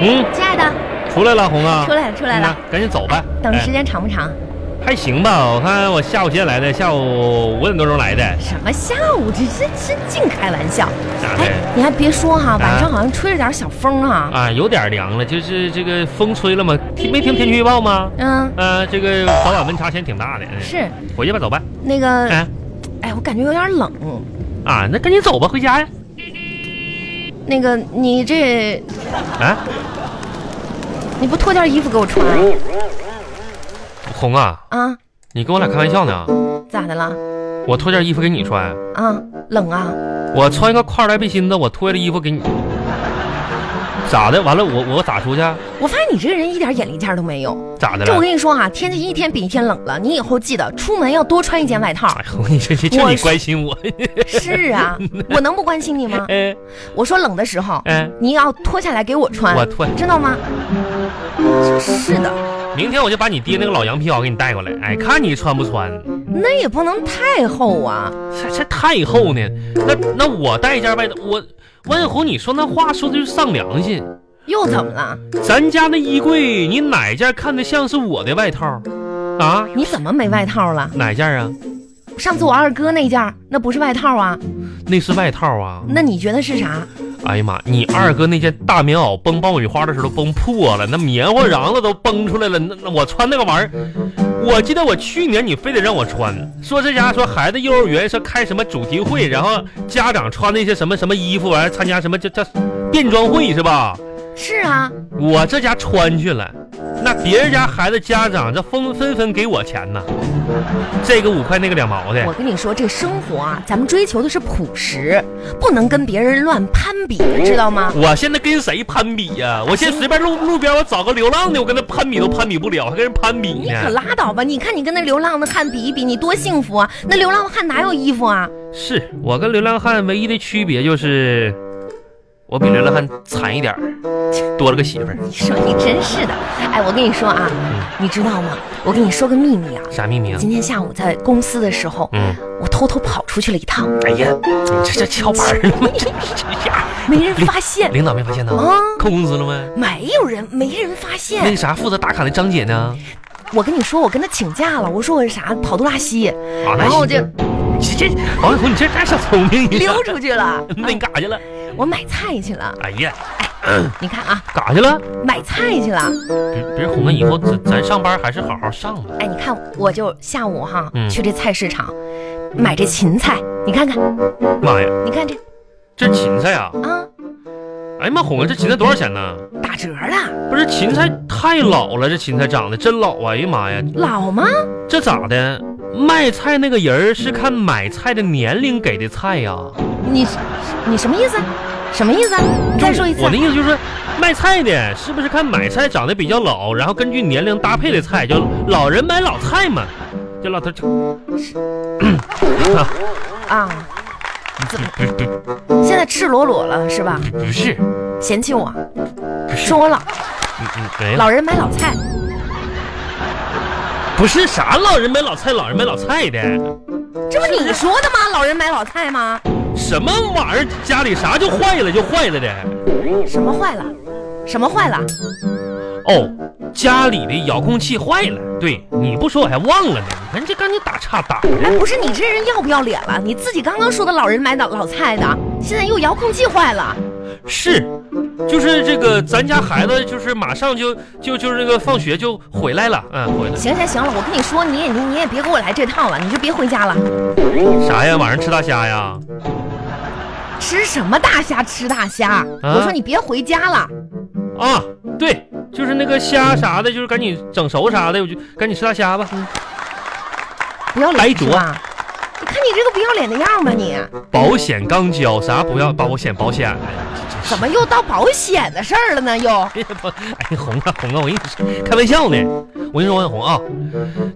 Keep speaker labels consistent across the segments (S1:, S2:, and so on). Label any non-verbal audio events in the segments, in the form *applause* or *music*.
S1: 嗯，
S2: 亲爱的，
S1: 出来了，红啊，
S2: 出来了，出来了，
S1: 嗯，赶紧走吧。
S2: 等的时
S1: 哎
S2: 间长不长？
S1: 还行吧，我看我下午几点来的？下午五点多钟来的。
S2: 什么下午？这是是净开玩笑。
S1: 咋
S2: 哎
S1: 的？，
S2: 你还别说哈，晚上
S1: 啊
S2: 好像吹着点小风啊。
S1: 啊，有点凉了，就是这个风吹了嘛，听没听天气预报吗？
S2: 嗯，
S1: 呃，这个早晚温差现在挺大的。嗯
S2: 是，
S1: 回去吧，走吧。
S2: 那个，
S1: 哎，
S2: 哎，我感觉有点冷。
S1: 啊，那赶紧走吧，回家呀。
S2: 那个，你这
S1: 啊，
S2: 你不脱件衣服给我穿
S1: 哦红啊，
S2: 啊？
S1: 你跟我俩开玩笑呢？
S2: 咋的了？
S1: 我脱件衣服给你穿，
S2: 啊，冷啊？
S1: 我穿一个跨栏背心子，我脱了衣服给你，咋的？完了，我我咋出去？啊
S2: 我发现你这个人一点眼力见儿都没有。
S1: 咋的
S2: 这我
S1: 了？
S2: 跟你说啊，天气一天比一天冷了，你以后记得出门要多穿一件外
S1: *laughs*
S2: 套。
S1: 哎呦，你这这这
S2: 我
S1: 你
S2: 是
S1: 关心我？ *laughs*
S2: 是啊，我能不关心你吗？
S1: 哎
S2: 我说冷的时候，
S1: 哎，
S2: 你要脱下来给我穿，
S1: 我脱。
S2: 知道吗？是的，
S1: 明天我就把你爹那个老羊皮袄给你带过来，哎，看你穿不穿。
S2: 那也不能太厚啊。
S1: 这这太厚呢，那那我带一件外头，我万小红，你说那话说的就是丧良心。
S2: 又怎么了？
S1: 咱家那衣柜，你哪件看着像是我的外套？啊，
S2: 你怎么没外套了？
S1: 哪件啊？
S2: 上次我二哥那件儿那不是外套啊？
S1: 那是外套啊！
S2: 那你觉得是啥？
S1: 哎呀妈，你二哥那件大棉袄崩爆米花的时候都崩破了，那棉花瓤子都崩出来了。那那我穿那个玩意儿，我记得我去年你非得让我穿，说这家说孩子幼儿园说开什么主题会，然后家长穿那些什么什么衣服，完了参加什么叫叫变装会是吧？
S2: 是啊，
S1: 我这家穿去了，那别人家孩子家长这纷纷纷给我钱呢，这个五块，那个两毛的
S2: 我。跟你说，这生活啊，咱们追求的是朴实，不能跟别人乱攀比，知道吗？
S1: 我现在跟谁攀比呀、我现在随便路路边我找个流浪的，我跟他攀比都攀比不了，还跟人攀比
S2: 你可
S1: 呢。
S2: 拉倒吧！你看你跟那流浪的汉比一比，你多幸福啊！那流浪汉哪有衣服啊？
S1: 是我跟流浪汉唯一的区别就是，我比流浪汉惨一点儿，多了个媳妇儿。
S2: 你说你真是的，哎，我跟你说啊，你知道吗？我跟你说个秘密啊，
S1: 啥秘密啊？
S2: 今天下午在公司的时候，
S1: 嗯，
S2: 我偷偷跑出去了一趟，
S1: 哎呀，你这这翘班儿了吗？这这呀，
S2: 没人发现，
S1: *laughs* 领导没发现呢
S2: 啊？
S1: 扣工资了吗？
S2: 没有人，没人发
S1: 那
S2: 现
S1: 个。啥负责打卡的张姐呢？
S2: 我跟你说，我跟他请假了，我说我啥跑肚拉稀，
S1: 啊，
S2: 然后我就
S1: 你这王小红，你这太小聪明你
S2: 溜出去了
S1: *laughs* 。那你干啥去了？
S2: 我买菜去了，
S1: 哎呀，
S2: 你看啊，
S1: 干啥去了？
S2: 买菜去了。
S1: 别别红了，以后咱咱上班还是好好上吧。
S2: 哎，你看，我就下午哈、
S1: 嗯
S2: 去这菜市场买这芹菜，你看看，
S1: 妈呀，
S2: 你看这
S1: 这芹菜啊！
S2: 啊，
S1: 哎呀妈，红啊，这芹菜多少钱呢？
S2: 打折了，
S1: 不是芹菜太老了，这芹菜长得真老啊！哎呀妈呀，
S2: 老吗？
S1: 这咋的？卖菜那个人儿是看买菜的年龄给的菜呀、
S2: 你你什么意思？什么意思？再说一次
S1: 我的意思就是说，卖菜的是不是看买菜长得比较老，然后根据年龄搭配的菜，叫老人买老菜嘛？这老头儿，
S2: 啊！
S1: 不不
S2: 现在赤裸裸了是吧？
S1: 不是，
S2: 嫌弃我，
S1: 不是
S2: 说我老
S1: 嗯嗯，哎，
S2: 老人买老菜，
S1: 不是啥老人买老菜，老人买老菜的，
S2: 这不你说的吗？老人买老菜吗？
S1: 什么玩意儿？家里啥就坏了就坏了的？
S2: 什么坏了？什么坏了？
S1: 哦，家里的遥控器坏了。对，你不说我还忘了呢。你看这刚才打岔打
S2: 哎，
S1: 的，
S2: 不是你这人要不要脸了？你自己刚刚说的老人买老老菜的，现在又遥控器坏了。
S1: 是，就是这个咱家孩子就是马上就就就是那个放学就回来了，嗯，回来
S2: 行行行了，我跟你说，你也你你也别给我来这套了，你就别回家了。
S1: 啥呀？晚上吃大虾呀？
S2: 吃什么大虾吃大虾？我说你别回家了。
S1: 啊，对，就是那个虾啥的，就是赶紧整熟啥的，我就赶紧吃大虾吧。嗯
S2: 不要
S1: 白
S2: 脸
S1: 灼
S2: 是吧？你看你这个不要脸的样儿吧你，
S1: 保险刚交，啥不要保险保险？哎
S2: 怎么又到保险的事儿了呢？又
S1: 哎呀不哎呀，红啊红啊！我跟你说，开玩笑呢。我跟你说，王小红啊，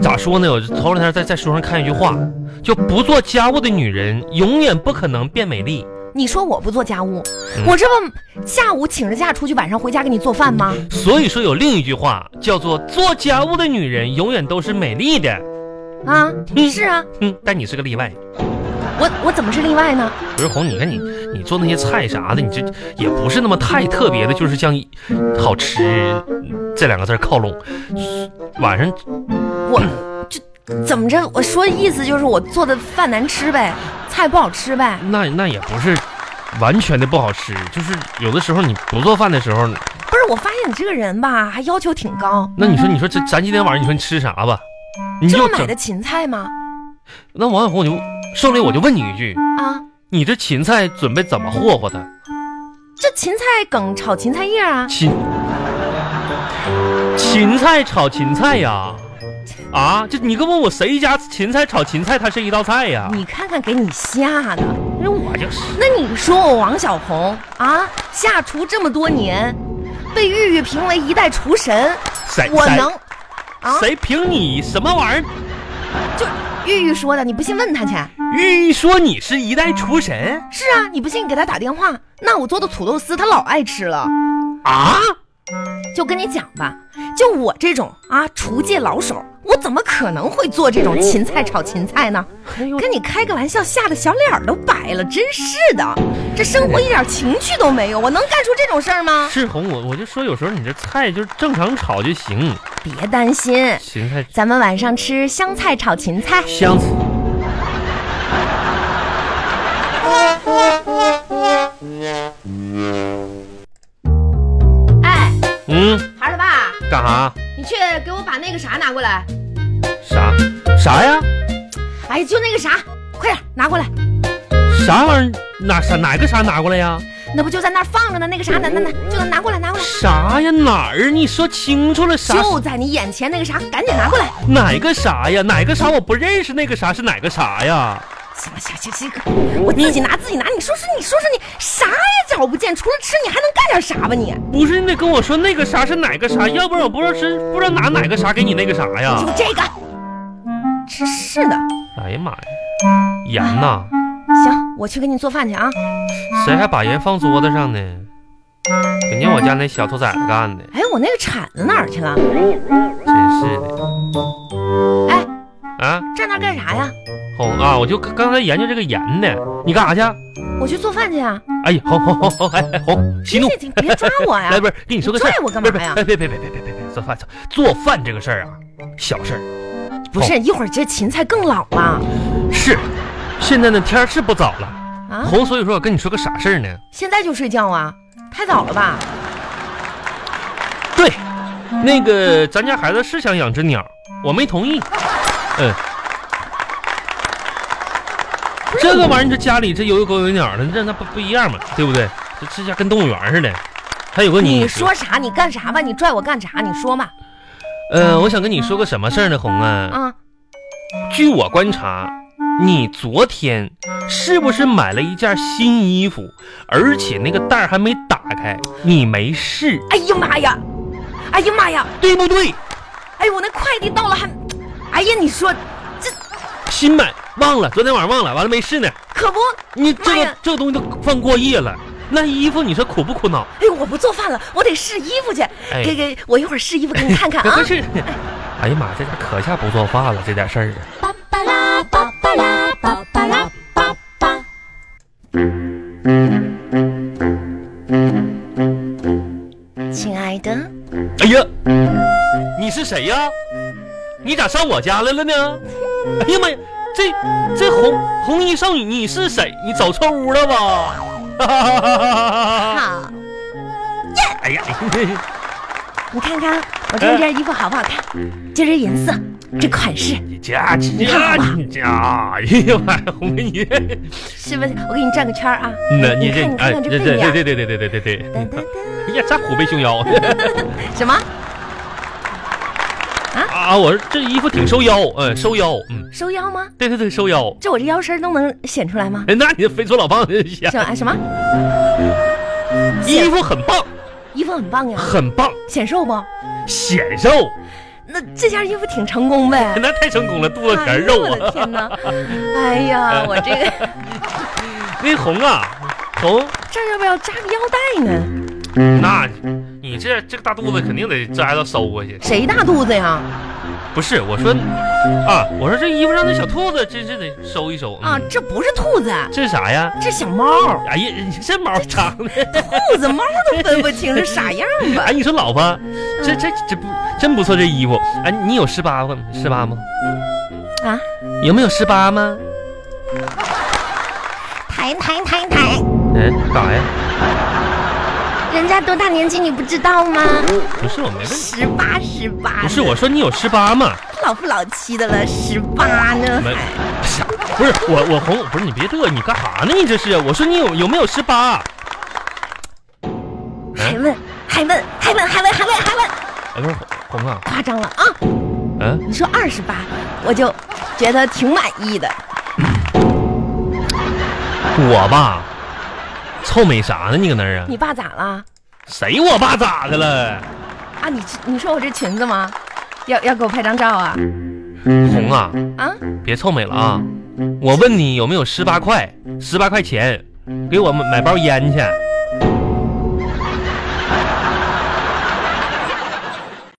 S1: 咋说呢？我头两天在在书上看一句话，就不做家务的女人永远不可能变美丽。
S2: 你说我不做家务，
S1: 嗯
S2: 我这不下午请着假出去，晚上回家给你做饭吗？
S1: 所以说有另一句话叫做做家务的女人永远都是美丽的。
S2: 啊，
S1: 嗯
S2: 是啊，
S1: 哼，但你是个例外。
S2: 我我怎么是例外呢？
S1: 不是红，你看你你做那些菜啥的，你这也不是那么太特别的，就是像好吃这两个字儿靠拢。晚上
S2: 我
S1: 嗯
S2: 这怎么着？我说的意思就是我做的饭难吃呗，菜不好吃呗。
S1: 那那也不是完全的不好吃，就是有的时候你不做饭的时候，
S2: 不是，我发现你这个人吧，还要求挺高。
S1: 那你说你说这咱今天晚上你说你吃啥吧？你
S2: 嗯这
S1: 就
S2: 么买
S1: 整
S2: 的芹菜吗？
S1: 那王小红我就受累我就问你一句，
S2: 啊，
S1: 你这芹菜准备怎么霍霍它？
S2: 这芹菜梗炒芹菜叶啊，
S1: 芹芹菜炒芹菜呀、啊？这你跟问我谁家芹菜炒芹菜，它是一道菜呀、
S2: 你看看给你吓的。
S1: 那我就是
S2: 那你说我王小红啊，下厨这么多年，被玉玉评为一代厨神，
S1: 谁
S2: 我
S1: 谁
S2: 能啊？
S1: 谁凭你什么玩意儿？
S2: 就玉玉说的，你不信问他去。
S1: 玉玉说你是一代厨神
S2: 是啊，你不信你给他打电话。那我做的土豆丝他老爱吃了，
S1: 啊？
S2: 就跟你讲吧，就我这种啊厨界老手，我怎么可能会做这种芹菜炒芹菜呢？
S1: 哎
S2: 跟你开个玩笑，吓得小脸儿都白了，真是的，这生活一点情趣都没有，我能干出这种事儿吗？
S1: 志红，我我就说有时候你这菜就是正常炒就行，
S2: 别担心，
S1: 芹菜
S2: 咱们晚上吃香菜炒芹菜。
S1: 香。
S2: 哎，
S1: 嗯，
S2: 孩儿他爸，
S1: 干啥？
S2: 你去给我把那个啥拿过来。
S1: 啥啥呀？
S2: 哎，就那个啥，快点拿过来。
S1: 啥玩意儿？哪啥哪个啥拿过来呀？
S2: 那不就在那儿放着呢？那个啥，拿拿拿，就拿过来，拿过来，
S1: 啥呀？哪儿？你说清楚了啥？
S2: 就在你眼前那个啥，赶紧拿过来。
S1: 哪个啥呀？哪个啥？我不认识那个啥是哪个啥呀？
S2: 行了行行行，啊我自己拿自己拿，你说说你说说你啥也找不见，除了吃你还能干点啥吧你？
S1: 不是你得跟我说那个啥是哪个啥，要不然我不知道是不知道拿哪个啥给你那个啥呀
S2: 就？这个，真是的。
S1: 哎呀妈呀，盐呐，
S2: 行，我去给你做饭去啊。
S1: 谁还把盐放桌子上呢？肯定我家那小兔崽子干的，
S2: 哎，我那个铲子哪儿去了？
S1: 真是的
S2: 嗯哎，
S1: 啊！
S2: 站那儿干啥呀？
S1: 红啊，我就刚刚才研究这个盐呢，你干啥去？啊
S2: 我去做饭去啊。
S1: 哎呀，红红红红，哎哎红，息怒。
S2: 别别抓我呀
S1: *laughs* 来，！不是跟你说个事儿，
S2: 拽我干嘛呀
S1: 不是不是哎别别别别别别别，做饭做做饭这个事儿啊，小事儿。
S2: 不
S1: 哦
S2: 是，一会儿这芹菜更老了
S1: 是，现在呢天儿是不早了，
S2: 啊！
S1: 红，所以说我跟你说个啥事儿呢？
S2: 现在就睡觉啊？太早了吧？
S1: 对，那个咱家孩子是想养只鸟，我没同意。
S2: 啊
S1: 嗯，这个玩意儿，这家里这有有狗有鸟的，这那不不一样嘛，对不对？这这家跟动物园似的。还有个你，
S2: 你说啥？你干啥吧？你拽我干啥？你说嘛？
S1: 呃，我想跟你说个什么事儿呢，红啊？
S2: 啊，
S1: 据我观察，你昨天是不是买了一件新衣服，而且那个袋儿还没打开，你没试，
S2: 哎呀妈呀！哎呀妈呀！
S1: 对不对？
S2: 哎呦，我那快递到了还，哎呀，你说
S1: 新买忘了，昨天晚上忘了，完了没试呢。
S2: 可不？
S1: 你这
S2: 妈
S1: 个
S2: 呀
S1: 这个东西都放过夜了，那衣服你说苦不苦恼？
S2: 哎呦，我不做饭了，我得试衣服去。
S1: 哎
S2: 给给我一会儿试衣服给你看看
S1: 可
S2: 啊
S1: 不。是，哎呀妈，这家可下不做饭了，这点事儿啊。
S3: 巴巴拉巴巴拉巴巴拉巴巴。
S2: 亲爱的，
S1: 哎呀，你是谁呀？你咋上我家来了呢？哎呀妈呀，这这红红衣少女你是谁？你走错屋了吧？哈哈哈哈哈！
S2: 好，
S1: 哎呀，
S2: 你看看我
S1: 哎
S2: 穿这件衣服好不好看？就这颜色，这款式，
S1: 你这这你这，哎呀妈呀，红衣，
S2: 是不是？我给你转个圈儿啊。
S1: 那
S2: 你
S1: 你这
S2: 看你
S1: 哎，
S2: 看看这
S1: 对
S2: 背
S1: 对
S2: 面儿。
S1: 对对对对对对对。
S2: 哒哒哒
S1: 哎呀，这虎背熊腰 *laughs*
S2: 什么？
S1: 啊！我说这衣服挺收腰，嗯，收腰，嗯，
S2: 收腰吗？
S1: 对对对，收腰。
S2: 这我这腰身都能显出来吗？
S1: 哎，那你这肥猪老胖子想
S2: 什么？哎什么？
S1: 衣服很棒，
S2: 衣服很棒呀，
S1: 很棒，
S2: 显瘦不？
S1: 显瘦，
S2: 那这件衣服挺成功呗。
S1: *laughs* 那太成功了，肚子全
S2: 哎
S1: 是
S2: 呦
S1: 肉
S2: 我的
S1: 啊！
S2: 天
S1: *laughs*
S2: 哪！哎呀，我这个 *laughs*
S1: 那红啊， *laughs* 红，
S2: 这要不要扎个腰带呢？
S1: 那你这这个大肚子肯定得这挨着收过去。
S2: 谁大肚子呀？
S1: 不是，我说啊，我说这衣服让那小兔子真是得收一收
S2: 啊
S1: 嗯，
S2: 这不是兔子，
S1: 这啥呀？
S2: 这小猫，
S1: 哎呀，你这毛长的！
S2: 兔子猫都分不清是啥样吧
S1: 哎，？你说老婆，这这这不真不错，这衣服。哎，你有十八吗？十八吗？
S2: 啊，
S1: 有没有十八吗？
S3: 抬抬抬抬，
S1: 哎，干啥呀？
S3: 人家多大年纪你不知道吗？
S1: 不是我没问你，
S2: 十八十八，
S1: 不是我说你有十八吗？
S2: 老夫老妻的了，十八呢
S1: 没
S2: 还。，
S1: 啥？不是我我哄，不是你别乐，你干啥呢？你这是？我说你有有没有十八？啊嗯
S2: 还问，还问，还问，还问，还问，还问，
S1: 哎，不是红红啊，
S2: 夸张了啊！
S1: 嗯、
S2: 你说二十八，我就觉得挺满意的。
S1: 我吧，臭美啥呢？你搁那儿啊？
S2: 你爸咋了？
S1: 谁我爸咋的了？
S2: 啊，你这你说我这裙子吗？要要给我拍张照啊？
S1: 红啊，
S2: 啊，
S1: 别臭美了啊！我问你有没有十八块，十八块钱，给我买买包烟去。